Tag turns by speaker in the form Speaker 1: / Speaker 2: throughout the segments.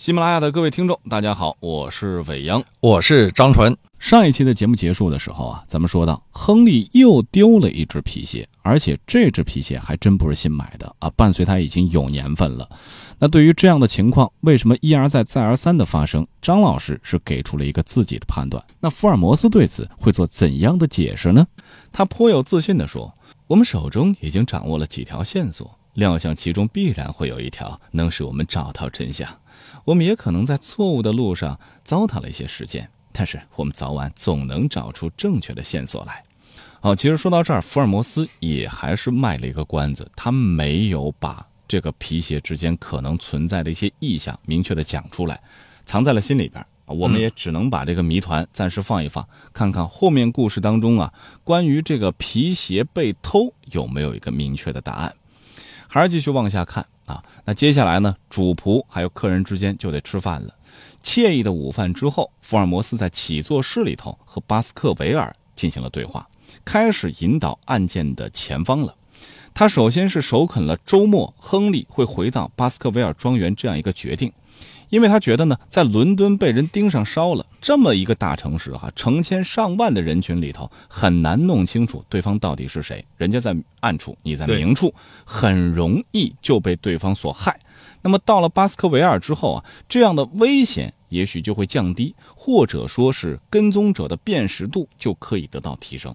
Speaker 1: 喜马拉雅的各位听众，大家好，我是伟阳。
Speaker 2: 我是张纯。
Speaker 1: 上一期的节目结束的时候啊，咱们说到亨利又丢了一只皮鞋，而且这只皮鞋还真不是新买的啊，伴随他已经有年份了。那对于这样的情况，为什么一而再、再而三的发生？张老师是给出了一个自己的判断。那福尔摩斯对此会做怎样的解释呢？他颇有自信地说：“我们手中已经掌握了几条线索，料想其中必然会有一条能使我们找到真相。我们也可能在错误的路上糟蹋了一些时间，但是我们早晚总能找出正确的线索来。好，其实说到这儿，福尔摩斯也还是卖了一个关子，他没有把这个皮鞋之间可能存在的一些意象明确的讲出来，藏在了心里边儿。啊我们也只能把这个谜团暂时放一放，看看后面故事当中啊，关于这个皮鞋被偷有没有一个明确的答案。还是继续往下看啊。那接下来呢，主仆还有客人之间就得吃饭了。惬意的午饭之后，福尔摩斯在起坐室里头和巴斯克维尔进行了对话，开始引导案件的前方了。他首先是首肯了周末亨利会回到巴斯克维尔庄园这样一个决定，因为他觉得呢，在伦敦被人盯上梢了这么一个大城市哈、成千上万的人群里头，很难弄清楚对方到底是谁。人家在暗处，你在
Speaker 2: 对
Speaker 1: 明处，很容易就被对方所害。那么到了巴斯克维尔之后啊，这样的危险也许就会降低，或者说是跟踪者的辨识度就可以得到提升。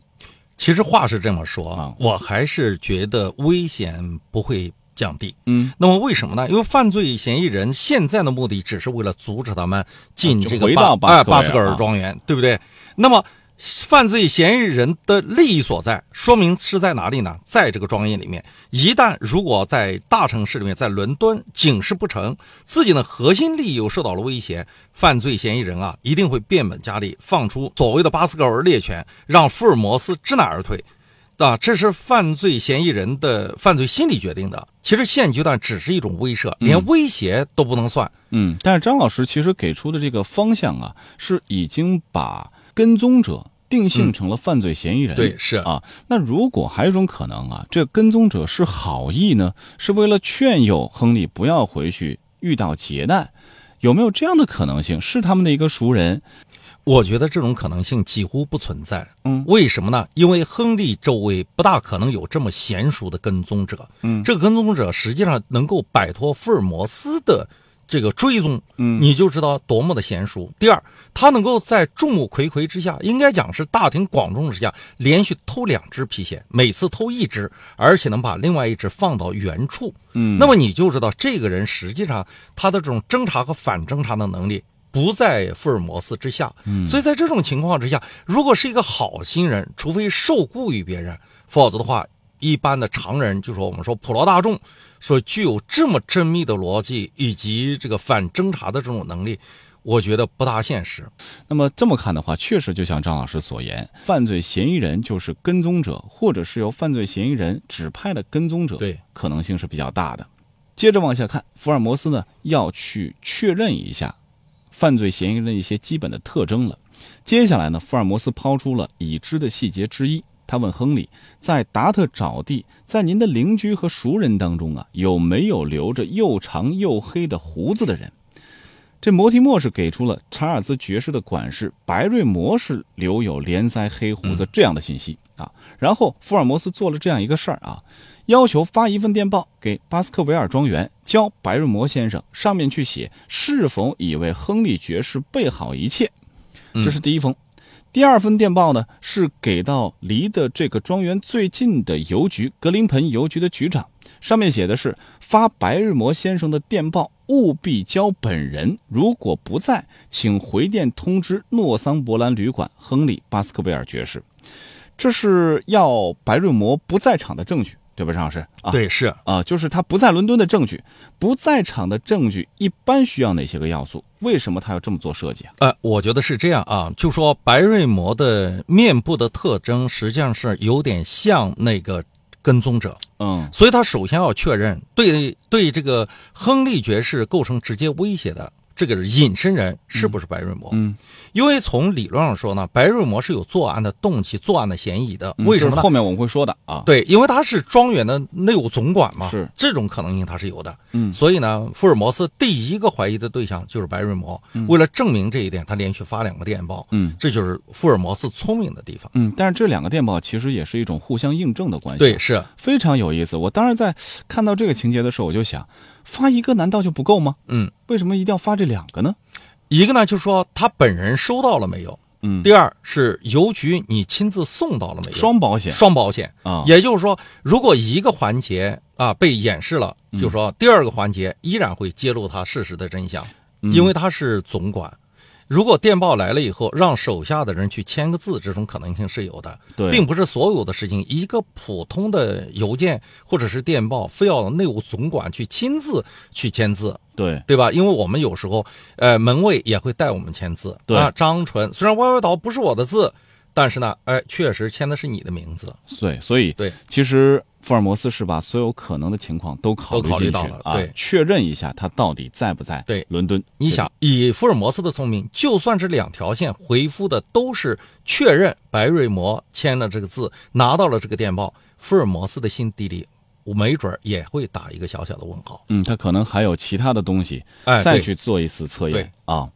Speaker 2: 其实话是这么说
Speaker 1: 啊
Speaker 2: 我还是觉得危险不会降低。
Speaker 1: 嗯，
Speaker 2: 那么为什么呢？因为犯罪嫌疑人现在的目的只是为了阻止他们进
Speaker 1: 啊就
Speaker 2: 这个
Speaker 1: 回到
Speaker 2: 巴哎
Speaker 1: 巴
Speaker 2: 巴
Speaker 1: 斯
Speaker 2: 斯
Speaker 1: 克
Speaker 2: 克
Speaker 1: 维尔啊
Speaker 2: 尔庄园，对不对？那么犯罪嫌疑人的利益所在，说明是在哪里呢？在这个庄园里面。一旦如果在大城市里面，在伦敦警示不成，自己的核心利益又受到了威胁，犯罪嫌疑人啊一定会变本加厉，放出所谓的巴斯克尔猎犬，让福尔摩斯知难而退。啊，这是犯罪嫌疑人的犯罪心理决定的。其实现阶段只是一种威慑，连威胁都不能算。
Speaker 1: 嗯，但是张老师其实给出的这个方向啊，是已经把跟踪者定性成了犯罪嫌疑人。
Speaker 2: 对，是
Speaker 1: 啊，那如果还有一种可能啊，这个跟踪者是好意呢，是为了劝诱亨利不要回去遇到劫难，有没有这样的可能性？是他们的一个熟人，
Speaker 2: 我觉得这种可能性几乎不存在。
Speaker 1: 嗯
Speaker 2: 为什么呢？因为亨利周围不大可能有这么娴熟的跟踪者。
Speaker 1: 嗯
Speaker 2: 这个跟踪者实际上能够摆脱福尔摩斯的这个追踪，
Speaker 1: 嗯
Speaker 2: 你就知道多么的娴熟。第二，他能够在众目睽睽之下，应该讲是大庭广众之下，连续偷两只皮鞋，每次偷一只，而且能把另外一只放到原处。
Speaker 1: 嗯
Speaker 2: 那么你就知道这个人实际上他的这种侦查和反侦查的能力。不在福尔摩斯之下，
Speaker 1: 嗯
Speaker 2: 所以在这种情况之下，如果是一个好心人，除非受雇于别人，否则的话，一般的常人，就说我们说普罗大众，说具有这么缜密的逻辑以及这个反侦查的这种能力，我觉得不大现实。
Speaker 1: 那么这么看的话，确实就像张老师所言，犯罪嫌疑人就是跟踪者，或者是由犯罪嫌疑人指派的跟踪者，
Speaker 2: 对，
Speaker 1: 可能性是比较大的。接着往下看，福尔摩斯呢要去确认一下犯罪嫌疑人的一些基本的特征了。接下来呢，福尔摩斯抛出了已知的细节之一，他问亨利，在达特沼地，在您的邻居和熟人当中啊，有没有留着又长又黑的胡子的人？这摩提莫是给出了查尔斯爵士的管事白瑞摩是留有连腮黑胡子这样的信息啊。然后福尔摩斯做了这样一个事儿啊，要求发一份电报给巴斯克维尔庄园，交白瑞摩先生，上面去写是否已为亨利爵士备好一切。这是第一封。第二份电报呢，是给到离的这个庄园最近的邮局——格林盆邮局的局长，上面写的是发白日魔先生的电报，务必交本人，如果不在，请回电通知诺桑伯兰旅馆亨利·巴斯克维尔爵士。这是要白瑞摩不在场的证据，对吧，张老师？啊，
Speaker 2: 对，是
Speaker 1: 啊，就是他不在伦敦的证据，不在场的证据一般需要哪些个要素？为什么他要这么做设计啊？
Speaker 2: 呃，我觉得是这样啊，就说白瑞摩的面部的特征实际上是有点像那个跟踪者，
Speaker 1: 嗯
Speaker 2: 所以他首先要确认对对这个亨利爵士构成直接威胁的这个隐身人是不是白瑞摩？
Speaker 1: 嗯，
Speaker 2: 因为从理论上说呢，白瑞摩是有作案的动机、作案的嫌疑的。为什
Speaker 1: 嗯就
Speaker 2: 么
Speaker 1: 是
Speaker 2: 呢？
Speaker 1: 后面我们会说的啊。
Speaker 2: 对，因为他是庄园的内务总管嘛，
Speaker 1: 是
Speaker 2: 这种可能性他是有的。
Speaker 1: 嗯
Speaker 2: 所以呢，福尔摩斯第一个怀疑的对象就是白瑞摩。为了证明这一点，他连续发两个电报。
Speaker 1: 嗯
Speaker 2: 这就是福尔摩斯聪明的地方。
Speaker 1: 嗯，但是这两个电报其实也是一种互相印证的关系。
Speaker 2: 对，，是
Speaker 1: 非常有意思。我当时在看到这个情节的时候，我就想，发一个难道就不够吗？
Speaker 2: 嗯，
Speaker 1: 为什么一定要发这两个呢？
Speaker 2: 一个呢，就是说他本人收到了没有？
Speaker 1: 嗯，
Speaker 2: 第二是邮局你亲自送到了没有？
Speaker 1: 双保险
Speaker 2: 双保险。
Speaker 1: 啊，
Speaker 2: 也就是说，如果一个环节啊被掩饰了，
Speaker 1: 嗯
Speaker 2: 就说第二个环节依然会揭露他事实的真相，
Speaker 1: 嗯
Speaker 2: 因为他是总管。如果电报来了以后，让手下的人去签个字，这种可能性是有的，
Speaker 1: 对
Speaker 2: 并不是所有的事情，一个普通的邮件或者是电报，非要内务总管去亲自去签字，
Speaker 1: 对，
Speaker 2: 对吧？因为我们有时候，呃，门卫也会带我们签字。
Speaker 1: 对
Speaker 2: 啊，张纯虽然歪歪倒不是我的字，但是呢，哎，确实签的是你的名字。
Speaker 1: 对，所以
Speaker 2: 对，
Speaker 1: 其实福尔摩斯是把所有可能的情况都考虑
Speaker 2: 都考虑
Speaker 1: 进去
Speaker 2: 到了
Speaker 1: 啊
Speaker 2: 对，
Speaker 1: 确认一下他到底在不在
Speaker 2: 对
Speaker 1: 伦敦。
Speaker 2: 你想，以福尔摩斯的聪明，就算是两条线回复的都是确认白瑞摩签了这个字，拿到了这个电报，福尔摩斯的心底里，我没准儿也会打一个小小的问号。
Speaker 1: 嗯，他可能还有其他的东西，
Speaker 2: 哎，
Speaker 1: 再
Speaker 2: 对
Speaker 1: 去做一次测验
Speaker 2: 对
Speaker 1: 啊。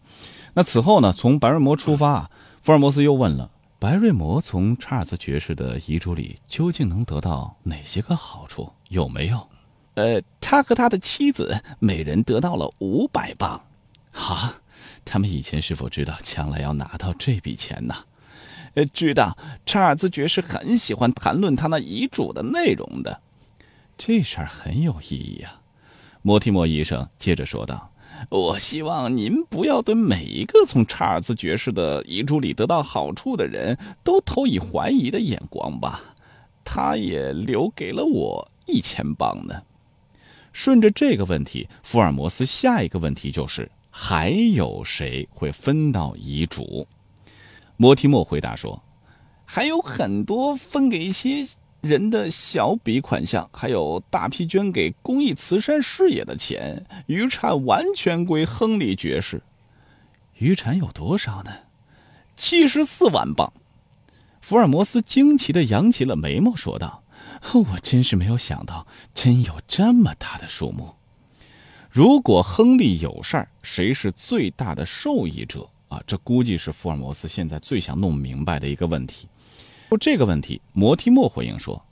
Speaker 1: 那此后呢，从白瑞摩出发啊，福尔摩斯又问了：白瑞摩从查尔斯爵士的遗嘱里究竟能得到哪些个好处？有没有？呃，他和他的妻子每人得到了五百磅。哈，他们以前是否知道将来要拿到这笔钱呢？呃，知道查尔斯爵士很喜欢谈论他那遗嘱的内容的，这事儿很有意义啊。摩提莫医生接着说道：“我希望您不要对每一个从查尔斯爵士的遗嘱里得到好处的人都投以怀疑的眼光吧。他也留给了我一千磅呢。”顺着这个问题，福尔摩斯下一个问题就是：还有谁会分到遗嘱？摩提莫回答说：“还有很多分给一些人的小笔款项，还有大批捐给公益慈善事业的钱，余产完全归亨利爵士。余产有多少呢？七十四万镑。福尔摩斯惊奇地扬起了眉毛，说道：“我真是没有想到，真有这么大的数目。如果亨利有事儿，谁是最大的受益者啊？这估计是福尔摩斯现在最想弄明白的一个问题。就这个问题，摩提莫回应说：“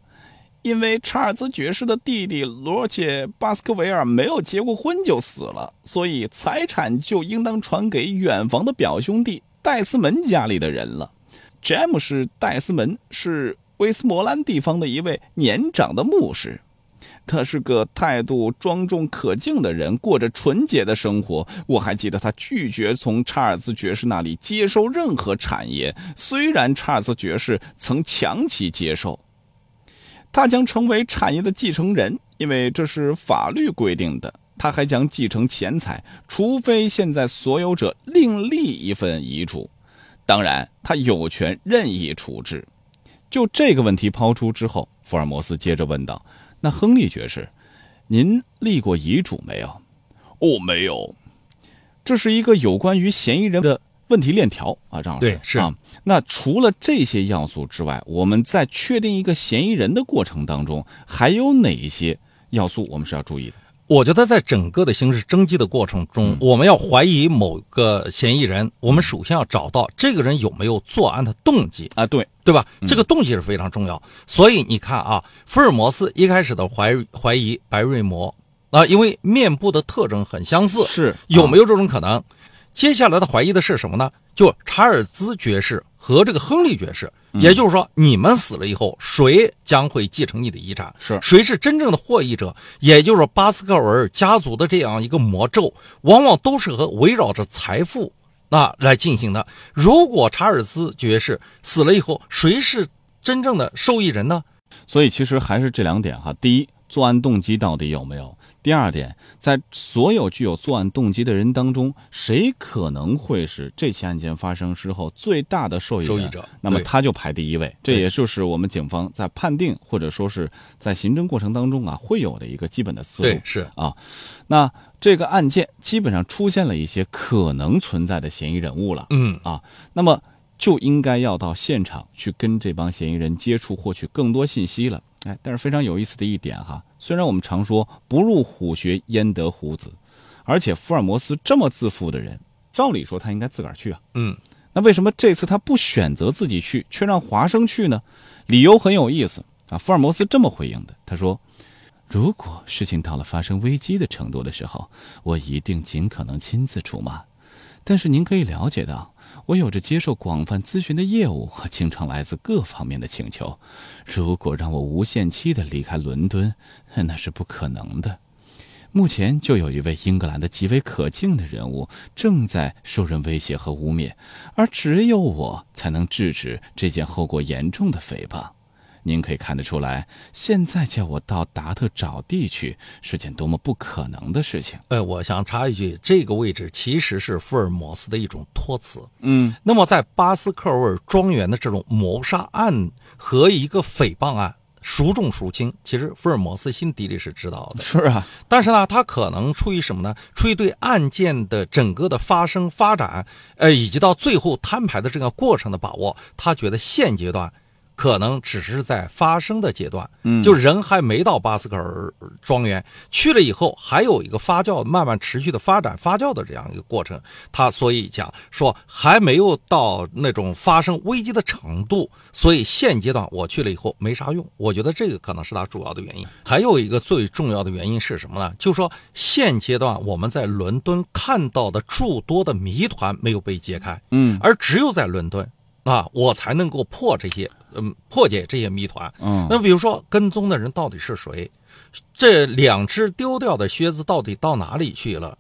Speaker 1: 因为查尔斯爵士的弟弟罗切·巴斯克维尔没有结过婚就死了，所以财产就应当传给远房的表兄弟戴斯门家里的人了。詹姆士·戴斯门是威斯摩兰地方的一位年长的牧师。”他是个态度庄重可敬的人，过着纯洁的生活。我还记得他拒绝从查尔斯爵士那里接收任何产业，虽然查尔斯爵士曾强其接受。他将成为产业的继承人，因为这是法律规定的。他还将继承钱财，除非现在所有者另立一份遗嘱。当然，他有权任意处置。就这个问题抛出之后，福尔摩斯接着问道：“那亨利爵士，您立过遗嘱没有？”“哦，没有。”这是一个有关于嫌疑人的问题链条啊，张老师。
Speaker 2: 对是
Speaker 1: 啊。那除了这些要素之外，我们在确定一个嫌疑人的过程当中，还有哪一些要素我们是要注意的？
Speaker 2: 我觉得在整个的刑事侦缉的过程中，我们要怀疑某个嫌疑人，我们首先要找到这个人有没有作案的动机。
Speaker 1: 啊，对，
Speaker 2: 对吧？这个动机是非常重要。所以你看啊，福尔摩斯一开始的怀怀疑白瑞摩啊，因为面部的特征很相似，
Speaker 1: 是
Speaker 2: 有
Speaker 1: 啊
Speaker 2: 没有这种可能？接下来他怀疑的是什么呢？就查尔斯爵士和这个亨利爵士，也就是说，你们死了以后，谁将会继承你的遗产？
Speaker 1: 是
Speaker 2: 谁是真正的获益者？也就是说，巴斯克维尔家族的这样一个魔咒，往往都是和围绕着财富啊来进行的。如果查尔斯爵士死了以后，谁是真正的受益人呢？
Speaker 1: 所以其实还是这两点哈。第一，作案动机到底有没有？第二点，在所有具有作案动机的人当中，谁可能会是这起案件发生之后最大的受益
Speaker 2: 受益
Speaker 1: 人
Speaker 2: 者
Speaker 1: 那么
Speaker 2: 对
Speaker 1: 他就排第一位，这
Speaker 2: 对
Speaker 1: 也就是我们警方在判定或者说是在刑侦过程当中啊会有的一个基本的思路
Speaker 2: 对，。是
Speaker 1: 那这个案件基本上出现了一些可能存在的嫌疑人物了。
Speaker 2: 嗯
Speaker 1: 那么就应该要到现场去跟这帮嫌疑人接触，获取更多信息了。哎，但是非常有意思的一点哈，虽然我们常说不入虎穴焉得虎子，而且福尔摩斯这么自负的人，照理说他应该自个儿去啊。
Speaker 2: 嗯，
Speaker 1: 那为什么这次他不选择自己去，却让华生去呢？理由很有意思啊。福尔摩斯这么回应的，他说：“如果事情到了发生危机的程度的时候，我一定尽可能亲自出马。但是您可以了解到，我有着接受广泛咨询的业务和经常来自各方面的请求。如果让我无限期的离开伦敦， 那是不可能的。目前就有一位英格兰的极为可敬的人物正在受人威胁和污蔑，而只有我才能制止这件后果严重的诽谤。您可以看得出来，现在叫我到达特找地去是件多么不可能的事情。
Speaker 2: 呃，我想插一句，这个位置其实是福尔摩斯的一种托词。
Speaker 1: 嗯，
Speaker 2: 那么，在巴斯克维尔庄园的这种谋杀案和一个诽谤案，孰重孰轻，其实福尔摩斯心底里是知道的。
Speaker 1: 是啊，
Speaker 2: 但是呢，他可能出于什么呢？出于对案件的整个的发生、发展，呃，以及到最后摊牌的这个过程的把握，他觉得现阶段可能只是在发生的阶段，
Speaker 1: 嗯
Speaker 2: 就人还没到巴斯克尔庄园，去了以后还有一个发酵、慢慢持续的发展、发酵的这样一个过程。他所以讲说还没有到那种发生危机的程度，所以现阶段我去了以后没啥用。我觉得这个可能是他主要的原因。还有一个最重要的原因是什么呢？就是说现阶段我们在伦敦看到的诸多的谜团没有被揭开，
Speaker 1: 嗯
Speaker 2: 而只有在伦敦啊，我才能够破这些，嗯，破解这些谜团。
Speaker 1: 嗯
Speaker 2: 那比如说，跟踪的人到底是谁？这两只丢掉的靴子到底到哪里去了？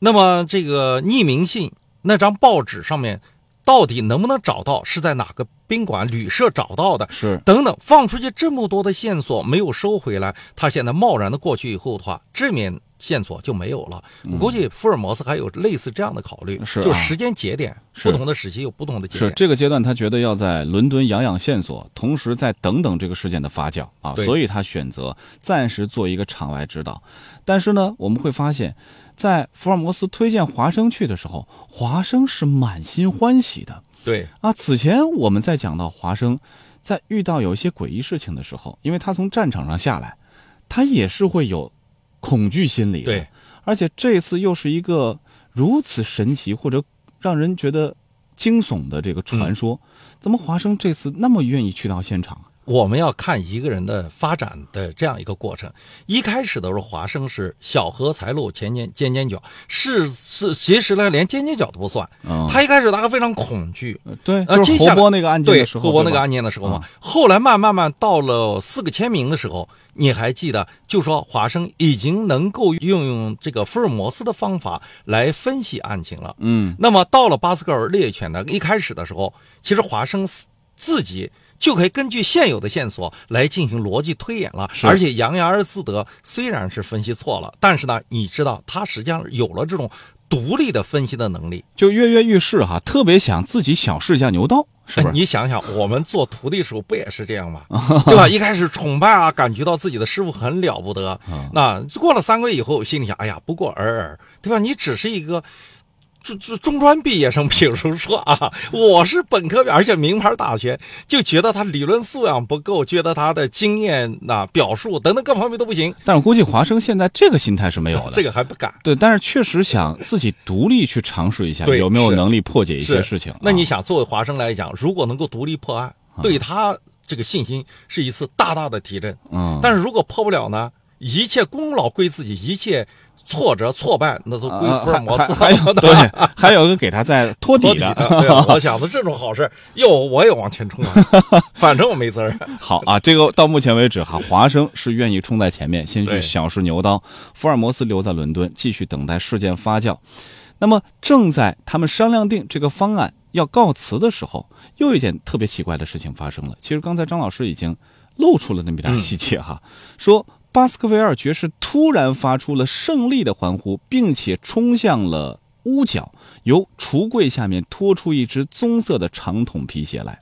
Speaker 2: 那么这个匿名信那张报纸上面到底能不能找到？是在哪个宾馆旅社找到的？
Speaker 1: 是
Speaker 2: 等等，放出去这么多的线索没有收回来，他现在贸然的过去以后的话，这面线索就没有了。我估计福尔摩斯还有类似这样的考虑，
Speaker 1: 嗯是啊
Speaker 2: 就时间节点，
Speaker 1: 是
Speaker 2: 不同的时期有不同的节
Speaker 1: 是
Speaker 2: 点。
Speaker 1: 这个阶段，他觉得要在伦敦养养线索，同时再等等这个事件的发酵啊，
Speaker 2: 对
Speaker 1: 所以他选择暂时做一个场外指导。但是呢，我们会发现，在福尔摩斯推荐华生去的时候，华生是满心欢喜的。
Speaker 2: 对，
Speaker 1: 啊，此前我们在讲到华生，在遇到有一些诡异事情的时候，因为他从战场上下来，他也是会有恐惧心理的。
Speaker 2: 对，
Speaker 1: 而且这次又是一个如此神奇或者让人觉得惊悚的这个传
Speaker 2: 嗯
Speaker 1: 说，怎么华生这次那么愿意去到现场？啊
Speaker 2: 我们要看一个人的发展的这样一个过程。一开始的时候，华生是小荷才露前尖尖尖角，是是，其实呢，连尖尖角都不算。
Speaker 1: 嗯，
Speaker 2: 他一开始他还非常恐惧，
Speaker 1: 呃对，
Speaker 2: 呃
Speaker 1: 就是
Speaker 2: 接
Speaker 1: 侯
Speaker 2: 下来
Speaker 1: 波那个案件
Speaker 2: 对，
Speaker 1: 的时候，
Speaker 2: 霍伯那
Speaker 1: 对
Speaker 2: 个
Speaker 1: 吧嗯
Speaker 2: 案件的时候嘛。后来慢慢慢到了四个签名的时候，你还记得，就说华生已经能够运用这个福尔摩斯的方法来分析案情了。
Speaker 1: 嗯，
Speaker 2: 那么到了巴斯克尔猎犬的一开始的时候，其实华生自自己就可以根据现有的线索来进行逻辑推演了，
Speaker 1: 是
Speaker 2: 而且洋洋而自得。虽然是分析错了，但是呢，你知道他实际上有了这种独立的分析的能力。
Speaker 1: 就跃跃欲试哈，特别想自己小试一下牛刀，是不是？
Speaker 2: 哎你想想，我们做徒弟时候不也是这样吗？ 对吧？一开始崇拜啊，感觉到自己的师傅很了不得。
Speaker 1: 嗯
Speaker 2: 那过了三个月以后，心里想，哎呀，不过尔尔，对吧？你只是一个。中中中专毕业生，比如说啊，我是本科，而且名牌大学，就觉得他理论素养不够，觉得他的经验呐、表述等等各方面都不行，
Speaker 1: 但是我估计华生现在这个心态是没有的。
Speaker 2: 这个还不敢。
Speaker 1: 对，但是确实想自己独立去尝试一下，
Speaker 2: 对
Speaker 1: 有没有
Speaker 2: 是
Speaker 1: 能力破解一些
Speaker 2: 是
Speaker 1: 事情啊？
Speaker 2: 那你想，作为华生来讲，如果能够独立破案，对他这个信心是一次大大的提振。
Speaker 1: 嗯，
Speaker 2: 但是如果破不了呢，一切功劳归自己，一切挫折挫败那都归福尔摩斯。
Speaker 1: 啊 还还还有对，还有一个给他在托
Speaker 2: 托
Speaker 1: 底
Speaker 2: 底
Speaker 1: 的
Speaker 2: 的，，对 啊我想的这种好事，哟，我也往前冲啊，反正我没滋儿。
Speaker 1: 好啊，这个到目前为止哈，华生是愿意冲在前面，先去
Speaker 2: 对
Speaker 1: 小试牛刀。福尔摩斯留在伦敦，继续等待事件发酵。那么，正在他们商量定这个方案要告辞的时候，又一件特别奇怪的事情发生了。其实刚才张老师已经露出了那么一点细节哈，说巴斯克维尔爵士突然发出了胜利的欢呼，并且冲向了屋角，由橱柜下面拖出一只棕色的长筒皮鞋来。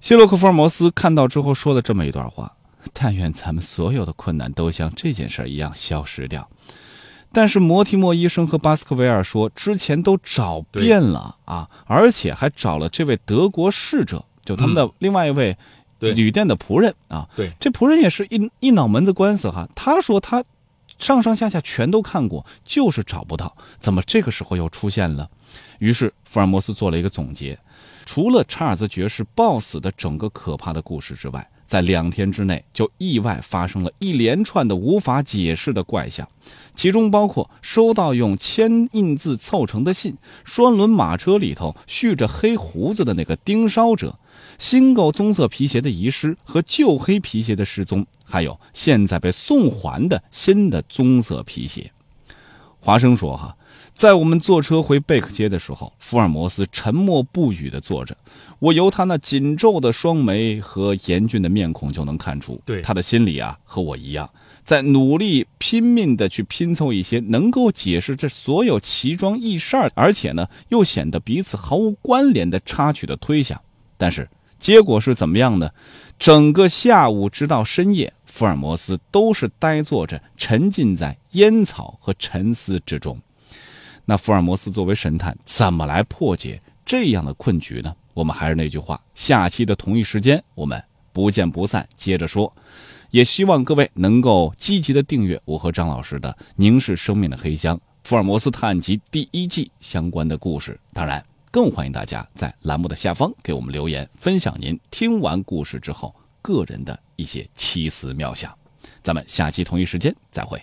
Speaker 1: 希洛克·福尔摩斯看到之后说了这么一段话：“但愿咱们所有的困难都像这件事儿一样消失掉。”但是摩提莫医生和巴斯克维尔说，之前都找遍了啊，而且还找了这位德国侍者，就他们的另外一位
Speaker 2: 对
Speaker 1: 旅店的仆人啊。
Speaker 2: 对
Speaker 1: 这仆人也是一一脑门子官司哈。他说他上上下下全都看过，就是找不到，怎么这个时候又出现了？于是福尔摩斯做了一个总结：除了查尔斯爵士暴死的整个可怕的故事之外，在两天之内就意外发生了一连串的无法解释的怪象。其中包括收到用铅印字凑成的信，双轮马车里头蓄着黑胡子的那个盯梢者，新购棕色皮鞋的遗失和旧黑皮鞋的失踪，还有现在被送还的新的棕色皮鞋。华生说：“哈，在我们坐车回贝克街的时候，福尔摩斯沉默不语地坐着。我由他那紧皱的双眉和严峻的面孔就能看出，
Speaker 2: 对
Speaker 1: 他的心里啊和我一样，在努力拼命地去拼凑一些能够解释这所有奇装异事，而且呢又显得彼此毫无关联的插曲的推想。但是结果是怎么样呢？整个下午直到深夜，福尔摩斯都是呆坐着，沉浸在烟草和沉思之中。那福尔摩斯作为神探，怎么来破解这样的困局呢？我们还是那句话，下期的同一时间我们不见不散，接着说。也希望各位能够积极的订阅我和张老师的《凝视生命的黑箱：福尔摩斯探案集》第一季相关的故事。当然，更欢迎大家在栏目的下方给我们留言，分享您听完故事之后个人的一些奇思妙想。咱们下期同一时间再会。